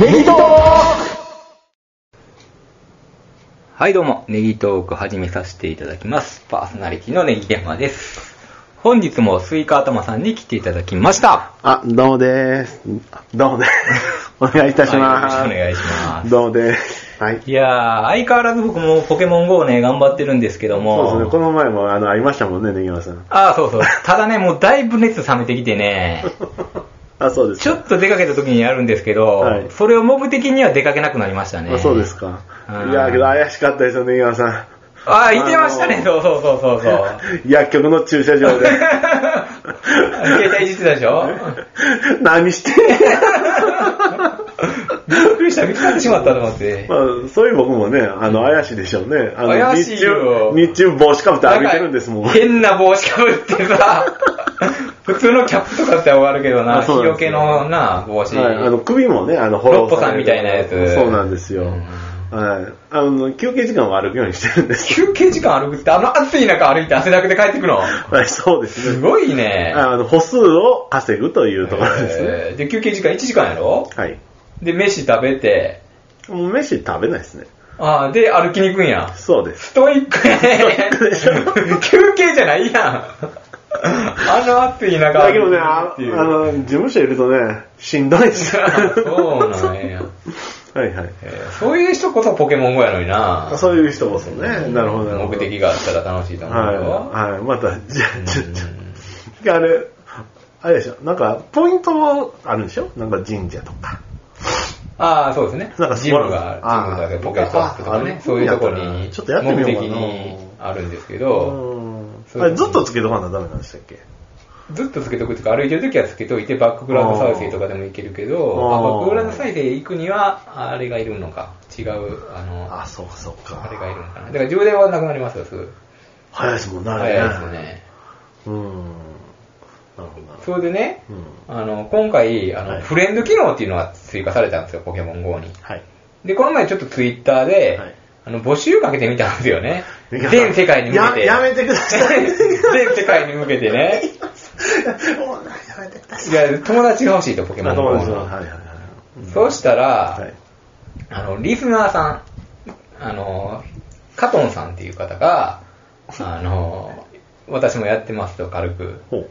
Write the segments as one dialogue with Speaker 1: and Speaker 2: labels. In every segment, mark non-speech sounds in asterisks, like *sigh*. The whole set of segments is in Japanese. Speaker 1: ネギトー
Speaker 2: はいどうも、ネギトーク始めさせていただきます。パーソナリティのネギ山です。本日もスイカ頭さんに来ていただきました。
Speaker 1: あ、どうもでーす。どうもでーす。お願いいたします。
Speaker 2: はいよろしくお願いします
Speaker 1: どうもでーす。はい。
Speaker 2: いやー、相変わらず僕もポケモン GO ね、頑張ってるんですけども。
Speaker 1: そうですね、この前もあの、ありましたもんね、ネギマさん。
Speaker 2: ああ、そうそう。ただね、もうだいぶ熱冷めてきて
Speaker 1: *laughs*
Speaker 2: ね、
Speaker 1: あ、そうです
Speaker 2: ち
Speaker 1: か。
Speaker 2: ょっと出かけた時にやるんですけど、
Speaker 1: はい
Speaker 2: それを目的には出かけなくなりましたね。
Speaker 1: あそうですか。
Speaker 2: うん
Speaker 1: いやー、けど怪しかったですよ、ネギマさ
Speaker 2: ああ、いてましたね、そうそうそうそう
Speaker 1: *laughs*
Speaker 2: そう。
Speaker 1: ん。薬局の駐車
Speaker 2: *laughs*
Speaker 1: 場で。
Speaker 2: 携帯いじってたでしょ
Speaker 1: 何して
Speaker 2: びっくりした、びっくりしてしまったと思って。
Speaker 1: まあ、そういう僕もね、あの、怪しいでしょうね。あの、
Speaker 2: 怪し
Speaker 1: 日
Speaker 2: いよ
Speaker 1: 中、日中帽子かぶって歩いてるんですもん。
Speaker 2: なか変な帽子かぶってさ、普通のキャップとかって終わるけどな、
Speaker 1: あ
Speaker 2: 日
Speaker 1: そうなん
Speaker 2: よ
Speaker 1: です
Speaker 2: け
Speaker 1: よ
Speaker 2: のな、帽子。
Speaker 1: はい、あの首もね、あの、フォロー
Speaker 2: ロッポさんみたいなやつ
Speaker 1: そうなんですよ。
Speaker 2: うん
Speaker 1: はい。あの、休憩時間を歩くようにしてるんです。
Speaker 2: 休憩時間歩くって、あの暑い中歩いて汗だくで帰ってくの。
Speaker 1: はい、そうです
Speaker 2: す
Speaker 1: ね。
Speaker 2: ごいね。
Speaker 1: あの、歩数を稼ぐというところですね。
Speaker 2: えーで、休憩時間1時間やろ
Speaker 1: はい。
Speaker 2: で、飯食べて、
Speaker 1: もう飯食べないですね。
Speaker 2: あーで、歩きに行くんや。
Speaker 1: そうです。
Speaker 2: ストイックやね
Speaker 1: トイックでしょ。
Speaker 2: 休憩じゃないやん。
Speaker 1: *laughs*
Speaker 2: あの暑い中
Speaker 1: だけ
Speaker 2: 歩
Speaker 1: ど
Speaker 2: く
Speaker 1: ね、あ
Speaker 2: っ
Speaker 1: あ
Speaker 2: ていう。
Speaker 1: の、事務所いるとね、しんどいです。
Speaker 2: *laughs* そうなんや。
Speaker 1: はいはい。
Speaker 2: えーそういう人こそポケモン GO やのにな。
Speaker 1: そういう人こそね、なるほどなるほど。
Speaker 2: 目的があったら楽しいと思う
Speaker 1: はい、
Speaker 2: よ。
Speaker 1: はい。また、じゃあ、ちょ
Speaker 2: うん
Speaker 1: ちょいやあれ、あれでしょ、なんか、ポイントあるんでしょなんか神社とか。
Speaker 2: ああ、そうですね。
Speaker 1: なんか
Speaker 2: ジムが、
Speaker 1: あー
Speaker 2: ジムだけポケットアップとか
Speaker 1: あ
Speaker 2: ね
Speaker 1: ー、
Speaker 2: そういうとこに、
Speaker 1: ちょっとやってみようかな
Speaker 2: 目的にあるんですけ
Speaker 1: う
Speaker 2: ど、
Speaker 1: ん。
Speaker 2: そう
Speaker 1: あれ、ずっとつけとかなダメなんでしたっけ
Speaker 2: ずっとつけとくとか、歩いてるときはつけといて、バックグラウンド再生とかでもいけるけど、
Speaker 1: あー
Speaker 2: あバックグラウンド再生行くには、あれがいるのか。違う、あの、
Speaker 1: あ、そうかそう
Speaker 2: あ
Speaker 1: か。
Speaker 2: れがいるのかな。だから充電はなくなりますよ、すぐ。
Speaker 1: 早いですもんね、あれ
Speaker 2: 早いですよ。ね。
Speaker 1: うん。なるほどなるほ
Speaker 2: それでね、
Speaker 1: ど。うん。
Speaker 2: あの、今回、あの、
Speaker 1: はい
Speaker 2: フレンド機能っていうのが追加されたんですよ、ポケモン GO に。
Speaker 1: はい。
Speaker 2: で、この前ちょっとツイッターで、
Speaker 1: はい
Speaker 2: あの、募集かけてみたんですよね。全世界に向けて。
Speaker 1: ややめてくださ *laughs* い。
Speaker 2: *laughs* 全世界に向けてね。
Speaker 1: もうやめてください。
Speaker 2: いや、友達が欲しいと、ポケモ
Speaker 1: あ
Speaker 2: ン
Speaker 1: どうもど
Speaker 2: GO
Speaker 1: うも
Speaker 2: の。
Speaker 1: はいはいはい。
Speaker 2: そうしたら、
Speaker 1: はい。
Speaker 2: あの、リスナーさん、あの、カトンさんっていう方が、あの、私もやってますと、軽く。
Speaker 1: ほう。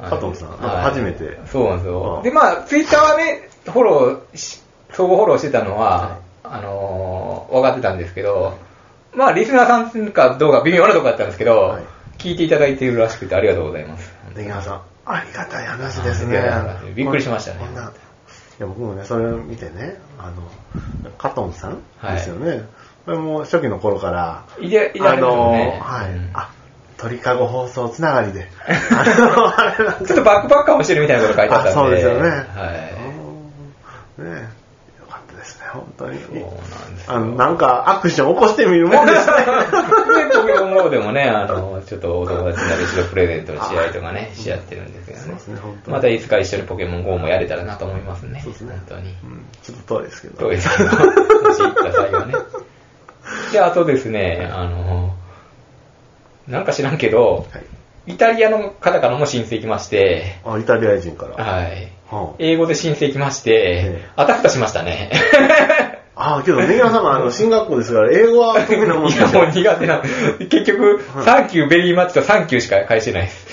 Speaker 2: あの
Speaker 1: 加藤さん、なんか
Speaker 2: はい
Speaker 1: 初めて。
Speaker 2: そうなんですよ
Speaker 1: う。ん
Speaker 2: で、まあ、ツイッターはね、フォローし、相互フォローしてたの
Speaker 1: はい
Speaker 2: は、あのー分かってたんですけど、まあ、リスナーさんかどうか微妙なとこだったんですけど、
Speaker 1: はい
Speaker 2: 聞いていただいているらしくてありがとうございます。
Speaker 1: 出川さん、ありがたい話です
Speaker 2: あ
Speaker 1: ね
Speaker 2: りがたい話。びっくりしましたね
Speaker 1: こんないや僕もね、それを見てね、あの、カトンさん
Speaker 2: はい
Speaker 1: ですよね。これも初期の頃から、
Speaker 2: いで、いで
Speaker 1: あ
Speaker 2: れですよ
Speaker 1: の、
Speaker 2: ね。
Speaker 1: はい、
Speaker 2: うん
Speaker 1: あ、鳥かご放送つながり *laughs* で、あの、あれなん
Speaker 2: ちょっとバックパッカーをしてるみたいなこと書いてあったんで。
Speaker 1: あそうですよね
Speaker 2: はい。
Speaker 1: うんねよかったですね、本当に。
Speaker 2: そうなんですよ
Speaker 1: あの、なんかアクション起こしてみるもんですね。
Speaker 2: で、ポケモン GO でもね、あの、ちょっとお友達になる一度プレゼントの試合とかね、し合ってるんですよ
Speaker 1: そう
Speaker 2: ね
Speaker 1: です。ね、本当に。
Speaker 2: またいつか一緒にポケモン GO もやれたらなと思いますね。
Speaker 1: そうですね
Speaker 2: 本当に。
Speaker 1: うん、ちょっと遠いですけど。
Speaker 2: どうで
Speaker 1: *laughs*
Speaker 2: すかもし行った際はね。で、あとですね、あの、なんか知らんけど、
Speaker 1: はい。
Speaker 2: イタリアの方からも申請来まして、
Speaker 1: あ、イタリア人から。
Speaker 2: はい。
Speaker 1: はあ
Speaker 2: 英語で申請来まし
Speaker 1: え
Speaker 2: て
Speaker 1: え、
Speaker 2: あたふたしましたね。
Speaker 1: ああ、けど、ネギラさんもあの、進学校ですから、英語は得意なもんで
Speaker 2: い
Speaker 1: しょ
Speaker 2: や、。もう苦手な。結局、サンキューベリーマッチとサンキューしか返してないです。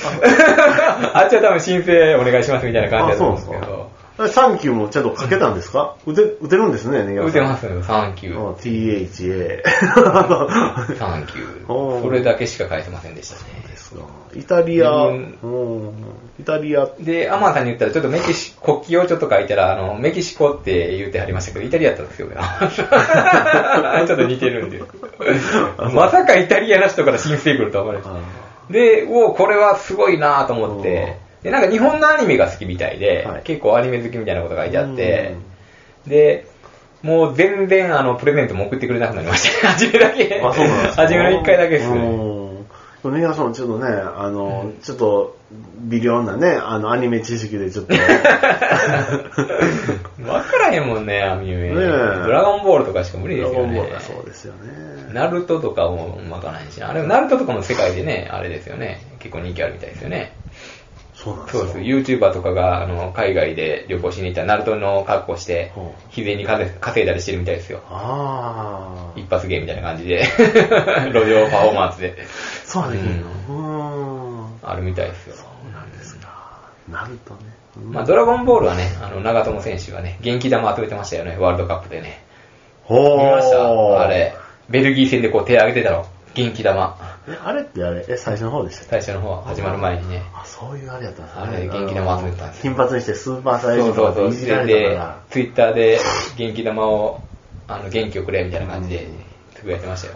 Speaker 2: *laughs* あっちは多分申請お願いしますみたいな感じだと思うんですけ
Speaker 1: あそう
Speaker 2: ど。
Speaker 1: サンキューもちゃんとかけたんですか打て、打てるんですね、ネギラさん。
Speaker 2: 打てますよ、サンキュー。
Speaker 1: うん THA。あ
Speaker 2: *laughs*
Speaker 1: の
Speaker 2: サンキュ
Speaker 1: お
Speaker 2: ー。
Speaker 1: ー
Speaker 2: それだけしか返せませんでしたね。
Speaker 1: そうイタリア、
Speaker 2: う
Speaker 1: うんん、イタリア、
Speaker 2: で、アマンさんに言ったら、ちょっとメキシ、国旗をちょっと書いたら、あの、メキシコって言ってはりましたけど、イタリアだったんですよ、俺 *laughs* ちょっと似てるんで。まさかイタリアの人から申請来るとは思わな
Speaker 1: あ
Speaker 2: い。で、おうこれはすごいなと思って、で、なんか日本のアニメが好きみたいで、
Speaker 1: はい
Speaker 2: 結構アニメ好きみたいなことが書いてあって、で、もう全然あの、プレゼントも送ってくれなくなりました。 *laughs* 初めだけ。
Speaker 1: あ、そうなんですか
Speaker 2: 初めの一回だけです
Speaker 1: う
Speaker 2: ね。
Speaker 1: んでもネギラさんもちょっとね、あの、ちょっと、微量なね、あの、アニメ知識でちょっと、
Speaker 2: わからへんもんね、アニメ。
Speaker 1: ねえ
Speaker 2: ドラゴンボールとかしか無理
Speaker 1: ド
Speaker 2: で
Speaker 1: ラ
Speaker 2: すよ
Speaker 1: ゴン
Speaker 2: ね。
Speaker 1: ボールはそうですよね。
Speaker 2: ナルトとかもわからへんし、あれ、ナルトとかも世界でね、あれですよね。結構人気あるみたいですよね。
Speaker 1: そうなんです
Speaker 2: そ
Speaker 1: よ
Speaker 2: うです。YouTuber とかが、あの、海外で旅行しに行ったら、ナルトの格好して
Speaker 1: ほう、
Speaker 2: 日銭稼い稼いだりしてるみたいですよ。
Speaker 1: ああ。
Speaker 2: 一発芸みたいな感じ
Speaker 1: *laughs*
Speaker 2: で、路上パフォーマンスで、
Speaker 1: そうできるの。うーん。
Speaker 2: あるみたいですよ。
Speaker 1: そうなんですか。なるとね。うん
Speaker 2: まあ、ドラゴンボールはね、あの、長友選手がね、元気玉集めてましたよね、ワールドカップでね。
Speaker 1: ほ
Speaker 2: 見
Speaker 1: ー
Speaker 2: ましたあれ。、ベルギー戦でこう手上げてたの。元気玉。
Speaker 1: え、あれってあれ、え、最初の方でしたっけ
Speaker 2: 最初の方、始まる前にね。
Speaker 1: あ、そういうあれやったんです
Speaker 2: あれ元気玉集めてたんですよ
Speaker 1: 金髪にしてスーパーサイズ
Speaker 2: そうそうそう。
Speaker 1: いじられた
Speaker 2: で
Speaker 1: か、
Speaker 2: ツイッターで元気玉を、あの、元気をくれみたいな感じで
Speaker 1: うん、
Speaker 2: つぶやいてましたよ。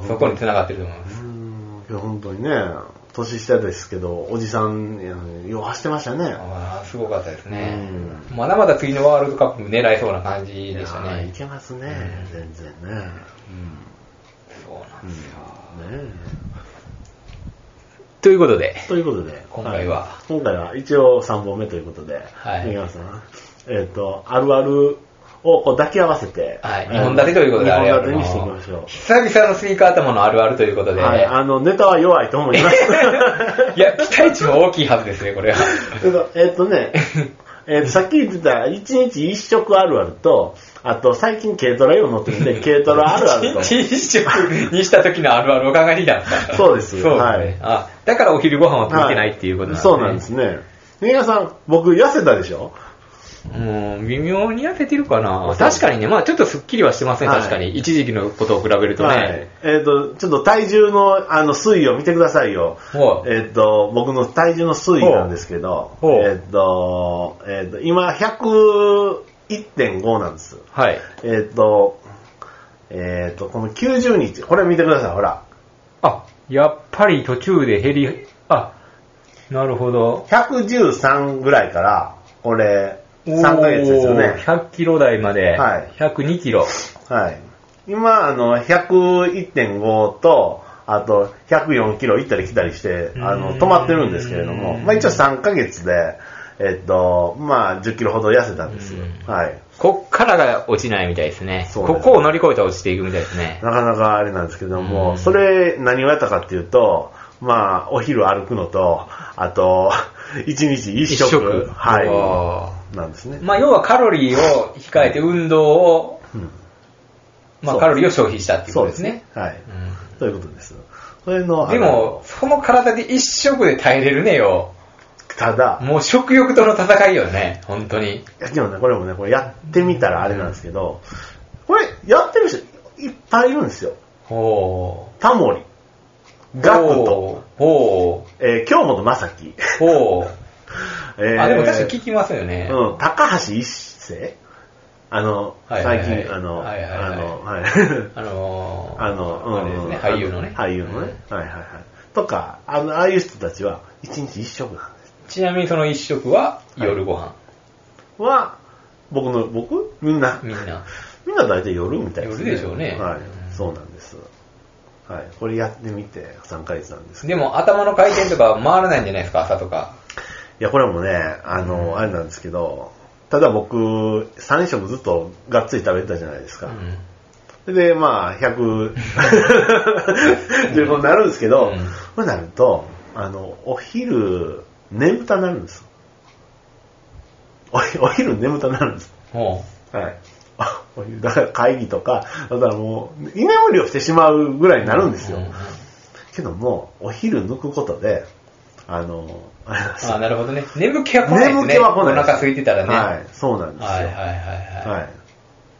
Speaker 1: いや
Speaker 2: そこに繋がってると思いま
Speaker 1: ら。う
Speaker 2: す。
Speaker 1: ーん。いや、本当にね、年下ですけど、おじさんやのに、よう走ってましたね。
Speaker 2: あーすごかったですね。
Speaker 1: う
Speaker 2: まだまだ次のワールドカップ狙えそうな感じでした
Speaker 1: いやーい
Speaker 2: ね。
Speaker 1: けますね、全然ね。
Speaker 2: そうな
Speaker 1: うん。
Speaker 2: んですよ。
Speaker 1: うん。ね
Speaker 2: ということで
Speaker 1: え、ということで、
Speaker 2: 今回はい
Speaker 1: 今回は一応3本目ということで、
Speaker 2: はい
Speaker 1: 皆さん、えっ、と、あるあるをこう抱き合わせて、
Speaker 2: はい、
Speaker 1: あ
Speaker 2: 日
Speaker 1: の
Speaker 2: 本立てということであれ
Speaker 1: 日
Speaker 2: や
Speaker 1: 本立てにしていきましょう。
Speaker 2: 久々のスイカ頭のあるあるということで、
Speaker 1: はい、あの、ネタは弱いと思い
Speaker 2: *laughs*
Speaker 1: ます。
Speaker 2: いや、期待値も大きいはずですね、これは。
Speaker 1: えっとえっとね、えっとさっき言ってた、一日一食あるあると、あと、最近軽トラ用乗ってる
Speaker 2: *laughs*
Speaker 1: んで、軽トラあるあると。
Speaker 2: 一日一食にした時のあるあるを考えてきたんですか
Speaker 1: そうです
Speaker 2: そう
Speaker 1: は
Speaker 2: です
Speaker 1: い
Speaker 2: ね。あ、だからお昼ご飯を食べてないっていうことなん
Speaker 1: は
Speaker 2: で
Speaker 1: い
Speaker 2: すね。
Speaker 1: そうなんですね。皆さん、僕、痩せたでしょ
Speaker 2: うん、微妙に痩せてるか
Speaker 1: そう
Speaker 2: な。確かにね、まあちょっとスッキリはしてません、
Speaker 1: はい
Speaker 2: 確かに。一時期のことを比べると
Speaker 1: はい
Speaker 2: ね。。
Speaker 1: えっ、と、ちょっと体重の、あの、推移を見てくださいよ。
Speaker 2: ほう
Speaker 1: えっ、と、僕の体重の推移なんですけど、
Speaker 2: ほうほう
Speaker 1: えっ、と、えっ、と、今、101.5なんです。
Speaker 2: はい。
Speaker 1: えっ、と、えっ、と、この90日、これ見てください、ほら。
Speaker 2: あ、やっぱり途中で減り、あ、なるほど。
Speaker 1: 113ぐらいから、これ、3ヶ月ですよ
Speaker 2: おー
Speaker 1: ね。
Speaker 2: 100キロ台まで、
Speaker 1: はい
Speaker 2: 102キロ。
Speaker 1: はい。今、あの、101.5と、あと、104キロ行ったり来たりして、あ
Speaker 2: う
Speaker 1: の、
Speaker 2: ん
Speaker 1: 止まってるんですけれども、まあ一応3ヶ月で、えっと、まあ10キロほど痩せたんです
Speaker 2: うん。
Speaker 1: はい。
Speaker 2: こっからが落ちないみたいですね。
Speaker 1: そうです
Speaker 2: ここを乗り越えて落ちていくみたいですね。
Speaker 1: なかなかあれなんですけど
Speaker 2: う
Speaker 1: も、
Speaker 2: ん
Speaker 1: それ何をやったかっていうと、まあ、お昼歩くのと、あと、1日1食。は
Speaker 2: おー
Speaker 1: い。なんですね。
Speaker 2: まあ、要はカロリーを控えて運動を、
Speaker 1: うんそ
Speaker 2: まあ、
Speaker 1: う
Speaker 2: カロリーを消費したっていうこ
Speaker 1: そう
Speaker 2: と
Speaker 1: で
Speaker 2: です
Speaker 1: すね。。
Speaker 2: ね
Speaker 1: はい。
Speaker 2: うん
Speaker 1: ということです。それの、あの
Speaker 2: でも、、その体で一食で耐えれるねよ。
Speaker 1: ただ、
Speaker 2: もう食欲との戦いよね、本当に。
Speaker 1: いやでもね、これもね、これやってみたらあれなんですけど、これ、やってる人いっぱいいるんですよ。
Speaker 2: ほ
Speaker 1: タモリ、
Speaker 2: う。
Speaker 1: ガクト、
Speaker 2: ほ
Speaker 1: えー京本正樹、
Speaker 2: う。ほう。
Speaker 1: えー
Speaker 2: あ、でも確かに聞きますよね。
Speaker 1: うん、高橋一生あの、
Speaker 2: はいはいはい
Speaker 1: 最近、あの、
Speaker 2: はいはいはい
Speaker 1: あの、はい。 *laughs*
Speaker 2: あのー、
Speaker 1: あの、うん
Speaker 2: あれですね、
Speaker 1: うん
Speaker 2: 俳優のね。
Speaker 1: 俳優のね。はいはいはい。とか、あの、ああいう人たちは、一日一食なんです。
Speaker 2: ちなみにその一食は夜ご飯、
Speaker 1: は、僕の、僕みんな。
Speaker 2: みんな。
Speaker 1: みんな大体夜みたい
Speaker 2: 夜でしょうね
Speaker 1: はい
Speaker 2: うん。
Speaker 1: そうなんです。はい。これやってみて3ヶ月なんですけど。
Speaker 2: でも頭の回転とか回らないんじゃないですか、朝とか。
Speaker 1: いや、これもね、あの、あれなんですけど、ただ僕、3食ずっとがっつり食べてたじゃないですか。
Speaker 2: うん
Speaker 1: で、まあ、100、15になるんですけど、
Speaker 2: うん
Speaker 1: そうなると、あの、お昼、眠たなるんです。おお昼眠たなるんです。
Speaker 2: ほう。
Speaker 1: はい。 *laughs* あこういうだから会議とか、だからもう、居眠りをしてしまうぐらいになるんですよ。
Speaker 2: ううん
Speaker 1: けども、お昼抜くことで、あの、あれなんです
Speaker 2: あなるほどね。眠気は来ないですね。
Speaker 1: *laughs* 眠気は来ない
Speaker 2: お腹空いてたらね。
Speaker 1: はい、そうなんですよ。
Speaker 2: はいはい
Speaker 1: は
Speaker 2: は
Speaker 1: い。
Speaker 2: いはい。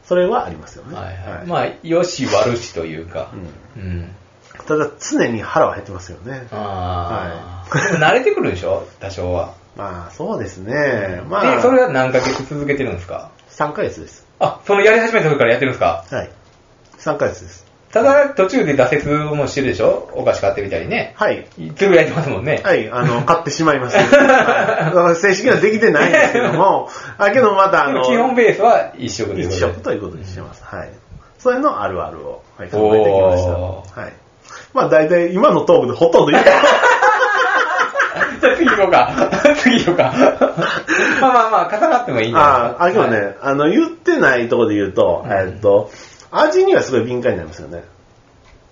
Speaker 1: それはありますよね。
Speaker 2: はいはい、まあ、良し悪しというか。うん。
Speaker 1: ただ、常に腹は減ってますよね。
Speaker 2: ああ、でも慣れてくるでしょ多少は。
Speaker 1: まあ、そうですね。まあ、
Speaker 2: で、それは何ヶ月続けてるんですか
Speaker 1: 3ヶ月です。
Speaker 2: あ、そのやり始めた時からやってるんですか
Speaker 1: はい。3ヶ月です。
Speaker 2: ただ、途中で挫折もしてるでしょお菓子買ってみたりね。
Speaker 1: はい。
Speaker 2: つぶやいてますもんね。
Speaker 1: はい、あ
Speaker 2: *laughs*
Speaker 1: の、買ってしまいました。はい正式にはできてないんですけど
Speaker 2: *laughs*
Speaker 1: も、あけどまた、あ
Speaker 2: で
Speaker 1: の
Speaker 2: も、基本ベースは一食という
Speaker 1: 一
Speaker 2: ことで。
Speaker 1: 食ということにしてます。はい。それのあるあるを、はい、考えてきま
Speaker 2: お
Speaker 1: した。はい。まあ大体今のトークでほとんど言
Speaker 2: *laughs*
Speaker 1: って
Speaker 2: じゃ *laughs* あ次行こうか。次行こうか。
Speaker 1: *laughs*
Speaker 2: まあまあまあ、重なってもいいんじゃないです
Speaker 1: ああ、あ、今
Speaker 2: か。
Speaker 1: ね、
Speaker 2: はい。
Speaker 1: あの、言ってないところで言うと、
Speaker 2: うん
Speaker 1: えっと、味にはすごい敏感になりますよね。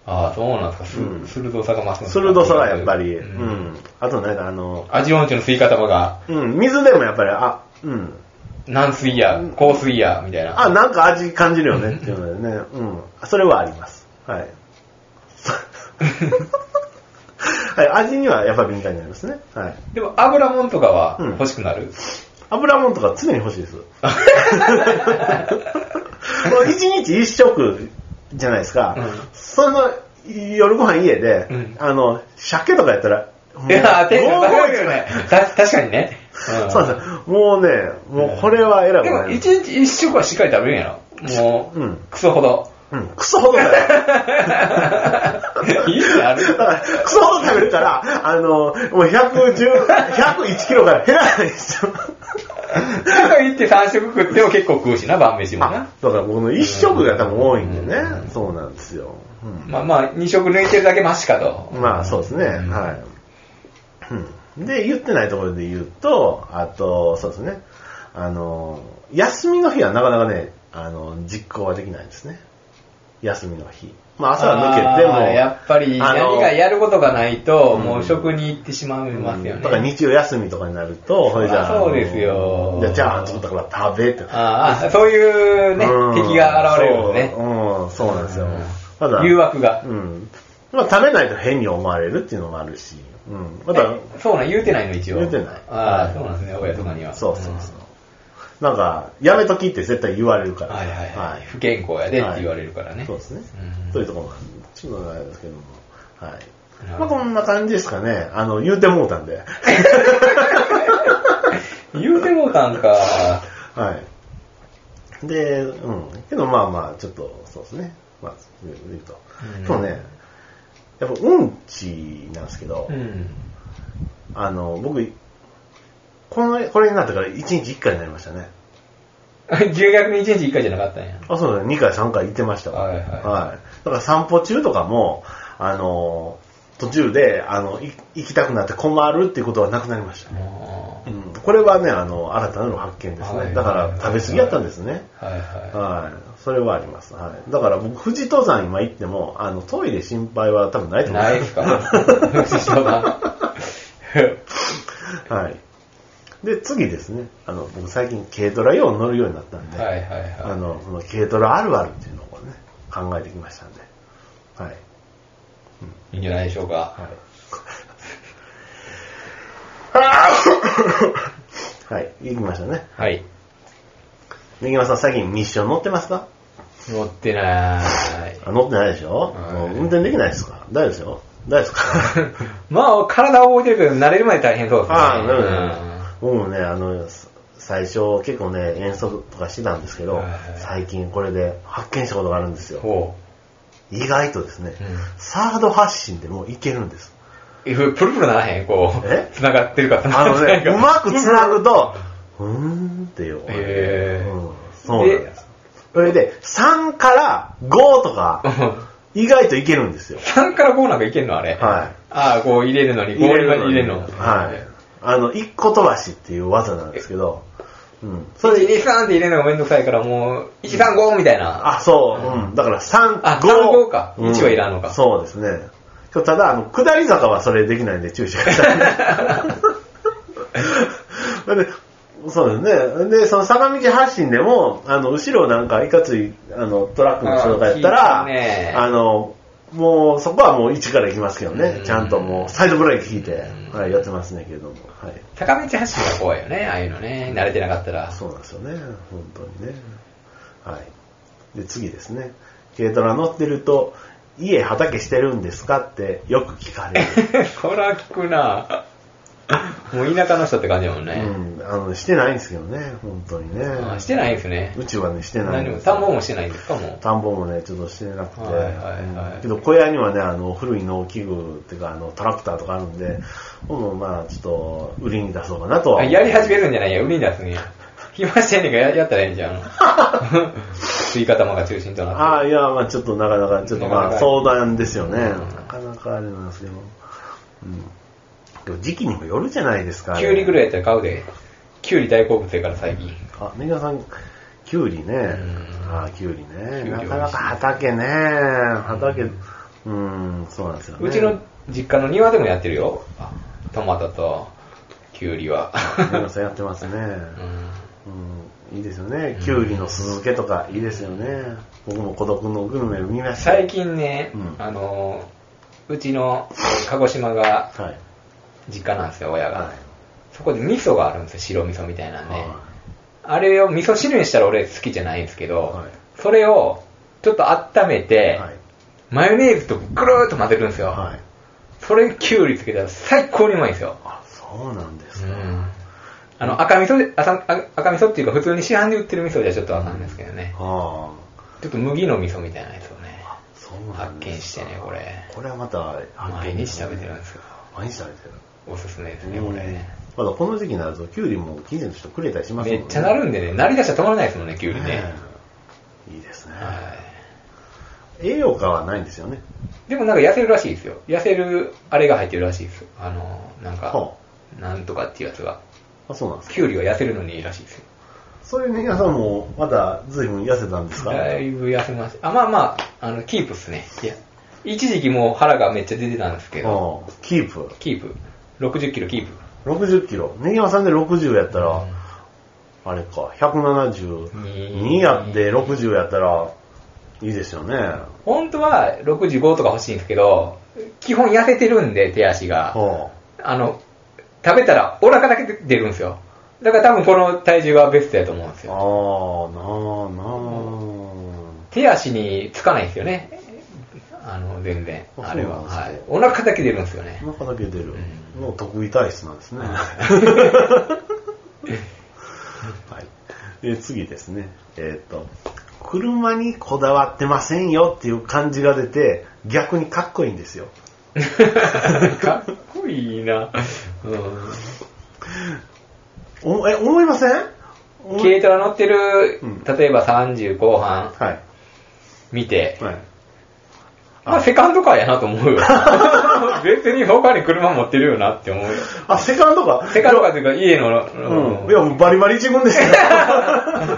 Speaker 2: ああ、そうなんですか。す
Speaker 1: うん
Speaker 2: 鋭さが増すのか
Speaker 1: 鋭さがやっぱり、う
Speaker 2: うん
Speaker 1: ん。あとなんかあの、
Speaker 2: 味音痴の吸い方が、
Speaker 1: うん、水でもやっぱり、あ、うん。
Speaker 2: 軟水や、硬水や、みたいな。
Speaker 1: あ、なんか味感じるよねっていうのでね、うん。それはあります。はい。 *laughs* はい、味にはやっぱり敏感になりますね。はい。
Speaker 2: でも、油もんとかは
Speaker 1: うん
Speaker 2: 欲しくなる、
Speaker 1: 油もんとか常に欲しい
Speaker 2: *laughs*
Speaker 1: です。もう一日一食じゃないですか。
Speaker 2: うん
Speaker 1: その夜ご飯家で、
Speaker 2: うん
Speaker 1: あの、鮭とかやったら、もう
Speaker 2: いやー、テンション高い
Speaker 1: もう
Speaker 2: よね。た確かにね。うん
Speaker 1: そうなんですよもうね、もうこれは選
Speaker 2: で
Speaker 1: ぶ
Speaker 2: も、一日一食はしっかり食べるんやろ。もう、
Speaker 1: うん
Speaker 2: クソほど。 *laughs*
Speaker 1: うん、クソほどだよ。
Speaker 2: いいっ
Speaker 1: *laughs*
Speaker 2: てある
Speaker 1: だから、クソほど食べる
Speaker 2: *laughs*
Speaker 1: から、あの、もう110、101キロから減らないんですよ。
Speaker 2: だから言って3食食っても結構食うしな、晩飯も
Speaker 1: あ
Speaker 2: な。
Speaker 1: だから僕の一食が多分多いんでね、
Speaker 2: うん
Speaker 1: そうなんですよ。うん
Speaker 2: まあまあ、2食抜いてるだけマシかと。
Speaker 1: まあそうですね、
Speaker 2: うん
Speaker 1: はい、うん。で、言ってないところで言うと、あと、そうですね、あの、休みの日はなかなかね、あの、実行はできないんですね。休みの日。まあ朝は抜けても、
Speaker 2: あーやっぱり
Speaker 1: あの
Speaker 2: 何かやることがないと、
Speaker 1: うん
Speaker 2: もう食に行ってしまいますよね。
Speaker 1: だから日曜休みとかになると、ほいじゃあ、
Speaker 2: そうですよ
Speaker 1: じゃあ、チャーハン作ったから食べって。
Speaker 2: あーあー、そういうね、
Speaker 1: うん
Speaker 2: 敵が現れるんですね。
Speaker 1: そううん、そうなんですよ。ただ、
Speaker 2: 誘惑が。
Speaker 1: うん。まあ食べないと変に思われるっていうのもあるし、うん。また、
Speaker 2: えそうなん、言うてないの一応。
Speaker 1: 言うてない
Speaker 2: ああ、そうなんですね、親とかには。
Speaker 1: そうそうそう
Speaker 2: う。
Speaker 1: なんか、やめときって絶対言われるか
Speaker 2: ん。
Speaker 1: ら。
Speaker 2: はいはいはい。不健康やでって言われるからね。
Speaker 1: そうですね
Speaker 2: う。ん
Speaker 1: というところもあるちょっとあれですけども。はい。
Speaker 2: なる
Speaker 1: まあ
Speaker 2: ほど
Speaker 1: こんな感じですかね。あの、言うてもうたんで。
Speaker 2: 言うてもうたんか。
Speaker 1: *laughs* はい。で、うん。けどまあまあ、ちょっと、そうですね。まあ、言うと
Speaker 2: う
Speaker 1: 今
Speaker 2: ん。
Speaker 1: 日ね、やっぱうんちなんですけど
Speaker 2: う、ん。 *laughs*
Speaker 1: あの、僕、この、これになってから1日1回になりましたね。
Speaker 2: 重逆に1日1回じゃなかったんや。
Speaker 1: あ、そうだね。2回、3回行ってましたわ。
Speaker 2: はいはい
Speaker 1: だから散歩中とかも、あのー、途中で、あの、い行きたくなって困るっていうことはなくなりました。
Speaker 2: も
Speaker 1: うん。これはね、あの、新たなる発見です
Speaker 2: はい
Speaker 1: ね。だから、食べ過ぎやったんですね。
Speaker 2: うはいは
Speaker 1: はい。それはあります。はい。だから僕、富士登山今行っても、あの、トイレ心配は多分ないと
Speaker 2: い。
Speaker 1: 思います。
Speaker 2: ないですか師匠が。
Speaker 1: *laughs* はい。で、次ですね。あの、僕最近軽トラ用に乗るようになったんで、
Speaker 2: はいはいはい。
Speaker 1: あの、その軽トラあるあるっていうのをね、考えてきましたんで。はい。 *laughs*
Speaker 2: いいんじゃないでしょうか。
Speaker 1: はい。はい、行きましたね。
Speaker 2: はい。
Speaker 1: ねぎまさん、最近ミッション乗ってますか
Speaker 2: 乗ってなーい。
Speaker 1: あ乗ってないでしょ、
Speaker 2: はい
Speaker 1: もう運転できないですか大丈夫ですよ大丈夫ですか
Speaker 2: まあ、体は覚えてるけど、慣れるまで大変そうですね。
Speaker 1: ああ、なるほど。僕もね、あの、最初結構ね、遠足とかしてたんですけど、
Speaker 2: はい
Speaker 1: 最近これで発見したことがあるんです
Speaker 2: うん
Speaker 1: よ。
Speaker 2: ほ
Speaker 1: 意外とですね、
Speaker 2: うん
Speaker 1: サード発信でもういけるんです。
Speaker 2: う。え、ふプルプルならへん、こ
Speaker 1: え
Speaker 2: う。繋がってるか、繋
Speaker 1: あ
Speaker 2: がっ
Speaker 1: の
Speaker 2: てな
Speaker 1: ね
Speaker 2: い、
Speaker 1: う
Speaker 2: か。
Speaker 1: まくつなぐと、うーんっていう。
Speaker 2: へー
Speaker 1: うんそうなんです。それで、3から5とか、
Speaker 2: *laughs*
Speaker 1: 意外といけるんですよ。
Speaker 2: 3から5なんかいけんのあれ。
Speaker 1: はい。
Speaker 2: ああ、こう入れるのに、ゴールに入れるの。
Speaker 1: はい。あの、一個飛ばしっていう技なんですけど、うん。そ
Speaker 2: そ
Speaker 1: れ
Speaker 2: れ、1、2、3って入れるのがめんどくさいから、もう、1、3、5みたいな。
Speaker 1: あ、そう、うん。だから3、
Speaker 2: あ3 5か1はいらんのか
Speaker 1: そうですね。ただ、あの、下り坂はそれできないんで注意してくださ
Speaker 2: *laughs*
Speaker 1: い。でそうですね。で、その坂道発進でも、あの、後ろなんかいかつい、あの、トラックの人がやった
Speaker 2: あ
Speaker 1: ら、
Speaker 2: ー聞いたね
Speaker 1: あの、もう、そこはもう1から行きますけどね。
Speaker 2: うん
Speaker 1: ちゃんともう、サイドブレーキ引いて、はい、やってますねけども。はい。
Speaker 2: 高道発進が怖いよね、ああいうのね。慣れてなかったら。
Speaker 1: そうなんですよね、本当にね。はい。で、次ですね。軽トラ乗ってると、家畑してるんですかってよく聞かれる。
Speaker 2: *laughs* そら聞くなもう田舎の人って感じだもん
Speaker 1: う
Speaker 2: ね。
Speaker 1: ん、あの、してないんですけどね、本当にね。
Speaker 2: あしてないですね。
Speaker 1: うちはね、してない
Speaker 2: 何
Speaker 1: ん
Speaker 2: も、
Speaker 1: です
Speaker 2: 田ん
Speaker 1: よ。
Speaker 2: ぼもしてないんですか、もう。
Speaker 1: 田んぼもね、ちょっとしてなくて。
Speaker 2: はいはいはい
Speaker 1: うんけど、小屋にはね、あの、古い農機具っていうか、あの、トラクターとかあるんで、もうまあ、ちょっと、売りに出そうかなとは。
Speaker 2: あやり始めるんじゃないや、売りに出すんや。暇してんねんからややったらええんじゃ
Speaker 1: *laughs*
Speaker 2: ん。吸い方まが中心となって。
Speaker 1: ああ、いや、まあちょっとなかなか、ちょっと
Speaker 2: なか
Speaker 1: ま
Speaker 2: な
Speaker 1: あ
Speaker 2: か
Speaker 1: 相談ですよね。
Speaker 2: う
Speaker 1: なんかなかあれなんですけど。うん。でも時期にもよるじゃないですか。
Speaker 2: キュウリぐ
Speaker 1: い。
Speaker 2: らいやったら買うで。キュウリ大好物やから最近。
Speaker 1: あ、メガさん、キュウリね。
Speaker 2: ん
Speaker 1: ああ、キュウリね。
Speaker 2: キュウリ美味しい
Speaker 1: なかなか畑ね。畑、うーん、そうなんですよね。
Speaker 2: うちの実家の庭でもやってるよ。あトマトと、キュウリは。
Speaker 1: 皆さんやってますね。うん、いいですよね。きゅうりの酢漬けとかいいですよね。僕も孤独のグルメ見ました。
Speaker 2: 最近ね、
Speaker 1: うん
Speaker 2: あの、うちの鹿児島が
Speaker 1: はい。
Speaker 2: 実家なんですよ、親が。
Speaker 1: はい
Speaker 2: そこで味噌があるんですよ、白味噌みたいなんで。
Speaker 1: は
Speaker 2: あれを味噌汁にしたら俺好きじゃないんですけど、
Speaker 1: はい
Speaker 2: それをちょっと温め
Speaker 1: い。
Speaker 2: て、
Speaker 1: はい。
Speaker 2: マヨネーズとぐるーっと混ぜるんですよ。
Speaker 1: はい。
Speaker 2: それにキュウリつけたら最高にうまいんですよ。
Speaker 1: あ、そうなんです
Speaker 2: う
Speaker 1: か。
Speaker 2: んあの赤味噌で赤赤味噌っていうか普通に市販で売ってる味噌じゃちょっとわかんないですけどね。
Speaker 1: は
Speaker 2: ちょっと麦の味噌みたいなやつをね、
Speaker 1: あ。そうな
Speaker 2: 発
Speaker 1: ん
Speaker 2: 見
Speaker 1: で
Speaker 2: し
Speaker 1: す
Speaker 2: て
Speaker 1: か
Speaker 2: ね、これ。
Speaker 1: これはまた発
Speaker 2: 毎
Speaker 1: 見
Speaker 2: 日
Speaker 1: ですね
Speaker 2: 食べてるんですよ。
Speaker 1: 毎日食べてる。
Speaker 2: おすすめですね、これね。
Speaker 1: まだこの時期になると、キュウリも近所の人くれたりしますもん
Speaker 2: めっちゃなるんでね、なりだしたら止まらないですもんね、きゅうりね。
Speaker 1: ねえいいですね。
Speaker 2: は
Speaker 1: 栄養価はないんですよね。
Speaker 2: い。でもなんか痩せるらしいですよ。痩せる、あれが入ってるらしいです。あの、なんか
Speaker 1: は、
Speaker 2: なんとかっていうやつが。
Speaker 1: あ、そうなんですか。
Speaker 2: きゅうりは痩せるのにいいらしいですよ。
Speaker 1: それ皆さんもまだ随分痩せたんですか
Speaker 2: だいぶ痩せました。あ、まあまあ、あの、キープっすね。いや、一時期もう腹がめっちゃ出てたんですけど、
Speaker 1: うんキープ。
Speaker 2: キープ。60キロキープ。
Speaker 1: 60キロ。ネギワさんで60やったら、
Speaker 2: うん
Speaker 1: あれか、172やって60やったら、いいですよね。
Speaker 2: 本当は65とか欲しいんですけど、基本痩せてるんで、手足が。
Speaker 1: は
Speaker 2: あの、食べたらお腹だけ出るんですよ。だから多分この体重がベストやと思うんです
Speaker 1: あ、あー
Speaker 2: よ。
Speaker 1: なあなあ
Speaker 2: 手足につかないんですよね。あの、全然。
Speaker 1: あ
Speaker 2: あれは。
Speaker 1: そうなん
Speaker 2: は
Speaker 1: です
Speaker 2: い。
Speaker 1: か
Speaker 2: お腹だけ出るんですよ
Speaker 1: *laughs*
Speaker 2: ね。
Speaker 1: お腹だけ出る。
Speaker 2: う
Speaker 1: もう得意体質なん *laughs* ですね。はい。で、次ですね。えっ、と、車にこだわってませんよっていう感じが出て、逆にかっこいいんですよ。
Speaker 2: かっこいいな。うん
Speaker 1: おえ、思いません思い
Speaker 2: 軽トラ乗ってる
Speaker 1: うん、
Speaker 2: 例えば30後半
Speaker 1: はい。
Speaker 2: 見て、
Speaker 1: はい。
Speaker 2: まあセカンドカーやなと思うよ。 *laughs* 別に他に車持ってるよなって思うよ。
Speaker 1: あ、セカンドか。
Speaker 2: セカンドカーというか家の、
Speaker 1: うん。いや、もうバリバリ自分ですよ。 *laughs*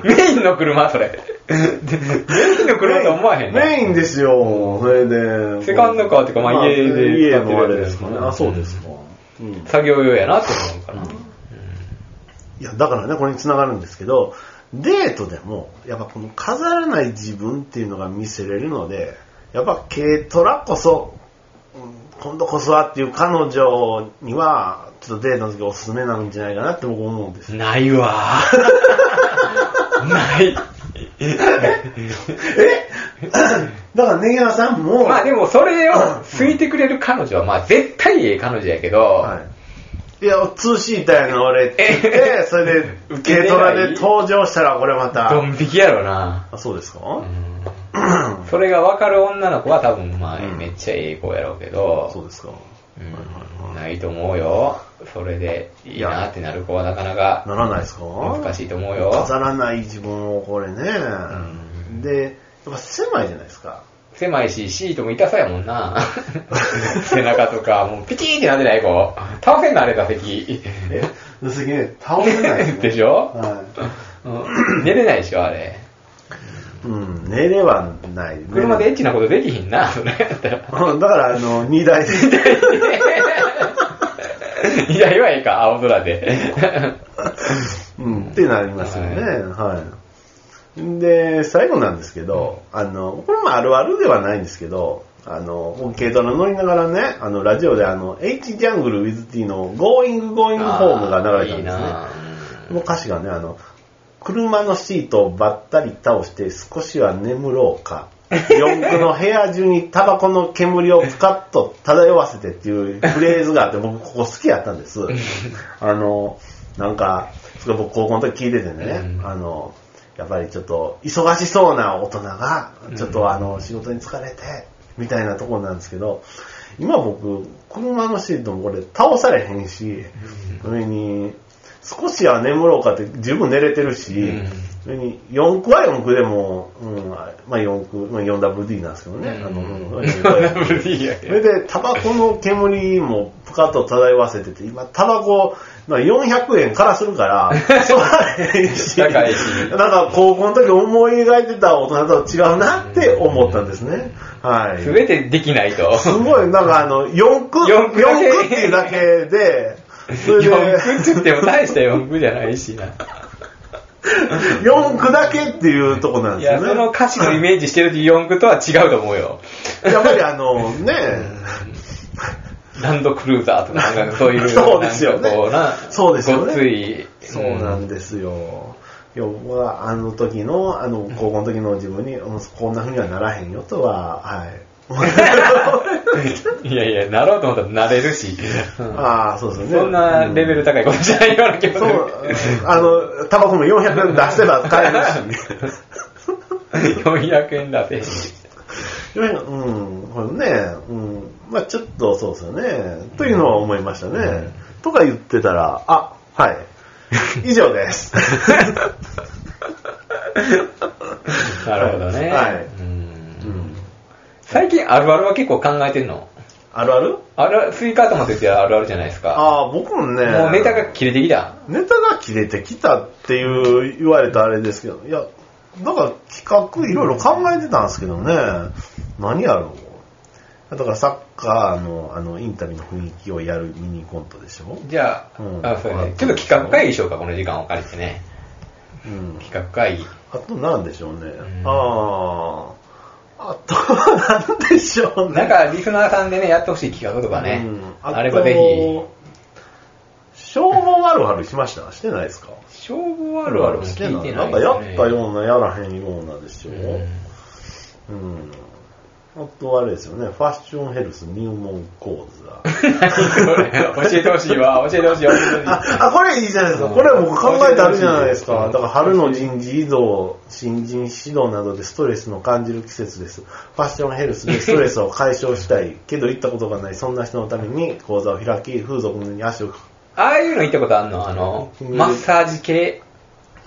Speaker 2: メインの車、それ。メインの車と思わへん
Speaker 1: メインですよ。それで。
Speaker 2: セカンドカーっていうかまあ家で
Speaker 1: 家
Speaker 2: 使ってる
Speaker 1: のあれですかね。あ、そうですか。うん
Speaker 2: 作業用やなって思うかな。
Speaker 1: いや、だからね、これに繋がるんですけど、デートでも、やっぱこの飾らない自分っていうのが見せれるので、やっぱ軽トラこそ、うん今度こそはっていう彼女には、ちょっとデートの時おすすめなんじゃないかなって僕思うんですよ。
Speaker 2: ないわーない。
Speaker 1: え *clears throat* だから、ネギワさんも、
Speaker 2: *laughs* まあでもそれを好いてくれる彼女はまあ絶対ええ彼女やけど、
Speaker 1: はい。いや、ツーシーターやの俺って言って、それで、
Speaker 2: 受け
Speaker 1: 軽
Speaker 2: れない
Speaker 1: トラで登場したら、これま
Speaker 2: ド
Speaker 1: た。
Speaker 2: ン引きやろな。
Speaker 1: あ、そうですか、
Speaker 2: うんそれが分かる女の子は多分まあめっちゃええ子やろうけ
Speaker 1: そう
Speaker 2: ど、
Speaker 1: ですか。
Speaker 2: うん
Speaker 1: はいはいはい
Speaker 2: ないと思うよ。それでいいなってなる子はなかなか
Speaker 1: ならないですか
Speaker 2: 難しいと思うよ。
Speaker 1: 飾らない自分をこれね、
Speaker 2: ん
Speaker 1: でやっぱ狭いじゃないですか
Speaker 2: 狭いし、シートも痛そうやも
Speaker 1: *laughs*
Speaker 2: んな。背中とか、もうピキーンってなってない子。倒せんのあれ座席。
Speaker 1: えすげえ倒れない
Speaker 2: *laughs* でしょ
Speaker 1: は
Speaker 2: うん寝れないでしょ、あれ。
Speaker 1: い、うん寝れはない
Speaker 2: 車で
Speaker 1: 寝
Speaker 2: エ
Speaker 1: れ
Speaker 2: ッチなことできひんな、それやったら。
Speaker 1: うんだからあの荷台で
Speaker 2: *laughs* いや、いわいか、青空で。
Speaker 1: うんってなりますよね
Speaker 2: は
Speaker 1: はい、で最後なんですけどあのこれもあるあるではないんですけどあの僕軽トラ乗りながらねあのラジオであの H ジャングル WithT の Going Going Home が流れたんですね
Speaker 2: あーいいな
Speaker 1: この歌詞がね、あの、車のシートをばったり倒して少しは眠ろう
Speaker 2: *laughs*
Speaker 1: か。四駆の部屋中にタバコの煙をぷかっと漂わせてっていうフレーズがあって、僕ここ好きやったんです。あの、なんか、すごい僕高校の時聞いててね、
Speaker 2: うん
Speaker 1: あの、やっぱりちょっと忙しそうな大人が、ちょっとあの、仕事に疲れて、みたいなところなんですけど、今僕、車のシートもこれ倒されへんし、それに、少しは眠ろうかって十分寝れてるし、
Speaker 2: うん
Speaker 1: それに4区は4区でも、うん、まあ4区、まあ 4WD なんですけどね。あのうん
Speaker 2: WD や
Speaker 1: それで、タバコの煙もぷかっと漂わせてて、今、タバコ、まあ400円からする
Speaker 2: *laughs*
Speaker 1: から、そらへんし、
Speaker 2: 高いし
Speaker 1: なんか高校の時思い描いてた大人と違うなって思ったんですね。はい。
Speaker 2: すべてできないと。
Speaker 1: すごい、なんかあの、4区、
Speaker 2: 四
Speaker 1: 4
Speaker 2: 駆
Speaker 1: 区
Speaker 2: だけ
Speaker 1: っていうだけで、それで
Speaker 2: 四駆って言っても大した四駆じゃないしな。
Speaker 1: 4区だけっていうとこなん
Speaker 2: い
Speaker 1: ですよ
Speaker 2: や、
Speaker 1: ね。
Speaker 2: その歌詞のイメージしてる四駆とは違うと思うよ。
Speaker 1: やっぱりあの、ね、
Speaker 2: ランドクルーザーとかなんかそういう。
Speaker 1: そうですよね
Speaker 2: なんかこうな
Speaker 1: そうですよね
Speaker 2: ごっつい。
Speaker 1: そうなんですよ。要は、あの時の、あの、高校の時の自分に、うんこんな風にはならへんよとは、はい。
Speaker 2: いやいや、なろうと思ったらなれるし。うん
Speaker 1: *laughs* ああ、そうですよね。
Speaker 2: そんなレベル高いことじゃないような気も
Speaker 1: うん
Speaker 2: す
Speaker 1: そ
Speaker 2: る。
Speaker 1: う、あの、タバコも400円出せば買える
Speaker 2: *laughs*
Speaker 1: し。
Speaker 2: 400円だって。
Speaker 1: うん、これね、うん、まあちょっとそうですよね、というのは思いましたね。とか言ってたら、あ、はい。以上
Speaker 2: *laughs*
Speaker 1: です。
Speaker 2: なるほどね。
Speaker 1: はい
Speaker 2: う
Speaker 1: う
Speaker 2: ん
Speaker 1: ん、
Speaker 2: 最近あるあるは結構考えてんの
Speaker 1: あるある
Speaker 2: あるある、スイカ頭と言ってあるあるじゃないですか。
Speaker 1: ああ、僕もね、
Speaker 2: もうネタが切れてきた。
Speaker 1: ネタが切れてきたっていう言われたあれですけど、いや、だから企画いろいろ考えてたんですけどね、何やろう。だからサッカーのあのインタビューの雰囲気をやるミニコントでしょ。
Speaker 2: じゃあ、
Speaker 1: うん
Speaker 2: あそうやね。ちょっと企画会議しようか、この時間を借りてね。
Speaker 1: うん、
Speaker 2: 企画会議。
Speaker 1: あとなんでしょうね。
Speaker 2: ん
Speaker 1: ああ。あとはなんでしょうね。
Speaker 2: なんか、リスナーさんでね、やってほしい企画とかね。
Speaker 1: うん
Speaker 2: あればぜひ。。
Speaker 1: と消防あるあるしましたしてないですか
Speaker 2: 消防あるあるも聞いてない、
Speaker 1: なんかやったような、やらへんようなですよ。
Speaker 2: *laughs*
Speaker 1: うん。あとあれですよね。ファッションヘルス入門講座。
Speaker 2: うん教えてほしいわ、教えてほしい、教えてほしい。
Speaker 1: *laughs* あ、あ、これいいじゃないですか。
Speaker 2: うん
Speaker 1: これ僕考えてあるじゃないです
Speaker 2: う
Speaker 1: か。
Speaker 2: ん
Speaker 1: だから春の人事異動、新人指導などでストレスの感じる季節です。ファッションヘルスでストレスを解消したい。けど行ったことがない、そんな人のために講座を開き、風俗に足をか
Speaker 2: ああいうの行ったことあんのあの、
Speaker 1: うん
Speaker 2: マッサージ系、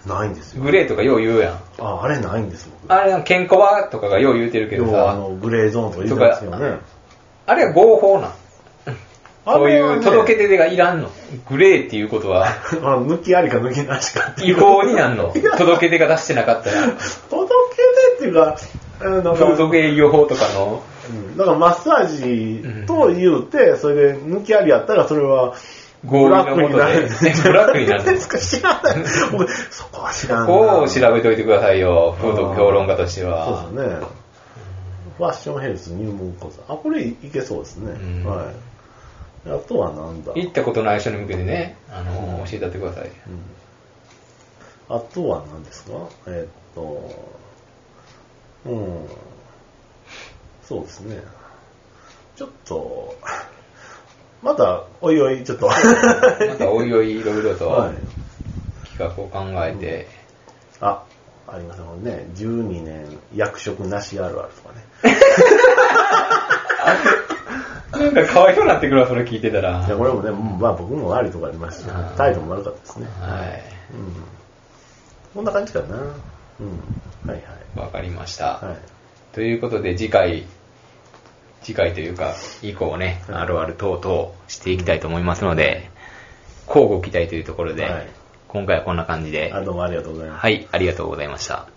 Speaker 1: ないんですよ。
Speaker 2: グレーとかよう言うやん。
Speaker 1: あ、あれないんです、僕。
Speaker 2: あれ、ケンコバとかがよう言うてるけ
Speaker 1: 要
Speaker 2: ど
Speaker 1: はあ
Speaker 2: さ、
Speaker 1: の、グレーゾーンとか言ってますよね。
Speaker 2: あれは合法なん。
Speaker 1: あ
Speaker 2: そう
Speaker 1: れは
Speaker 2: いう
Speaker 1: ね
Speaker 2: 届け出がいらんの。グレーっていうことは、
Speaker 1: *laughs* あ抜きありか抜きなしかっていう
Speaker 2: 違法になんの。届け出が出してなかったら。
Speaker 1: 届けてっていうか、あのなんか
Speaker 2: 風俗営業法とかの。
Speaker 1: うんだからマッサージと言うて、それで抜きありやったら、それは、
Speaker 2: 合意のも
Speaker 1: ブ
Speaker 2: とで
Speaker 1: ラックになる。
Speaker 2: ブラックになる
Speaker 1: *laughs* ですか知らない。僕、そこは知らんな。
Speaker 2: こう調べといてくださいよ、風俗評論家としては
Speaker 1: そう。ですね。ファッションヘルス入門講座。あ、これいけそうですね。
Speaker 2: うん
Speaker 1: はい。あとはなんだ
Speaker 2: 行ったことない人に向けてね、あの、教えてやってくだ
Speaker 1: *laughs*
Speaker 2: さい。
Speaker 1: うんあとは何ですかえーっと、うん。そうですね。ちょっと、また、おいおい、ちょっと。
Speaker 2: またおいおいいろいろと
Speaker 1: はい。
Speaker 2: 企画を考えて、
Speaker 1: あ、ありますもんね。12年役職なしあるあるとかね。
Speaker 2: なんかかわいそうになってくるわ、それ聞いてたら。
Speaker 1: いや、これもね、うんまあ僕もありとかありました
Speaker 2: あー
Speaker 1: し、態度も悪かったですね。
Speaker 2: はい。
Speaker 1: うん。こんな感じかな。うん。はい
Speaker 2: わかりました。
Speaker 1: はい。はい。
Speaker 2: ということで、次回、次回というか、以降ね、
Speaker 1: はい
Speaker 2: あるある等々していきたいと思いますので、交互期待というところで、
Speaker 1: はい
Speaker 2: 今回はこんな感じで
Speaker 1: あ、どうもありがとうございます。
Speaker 2: はい、ありがとうございました。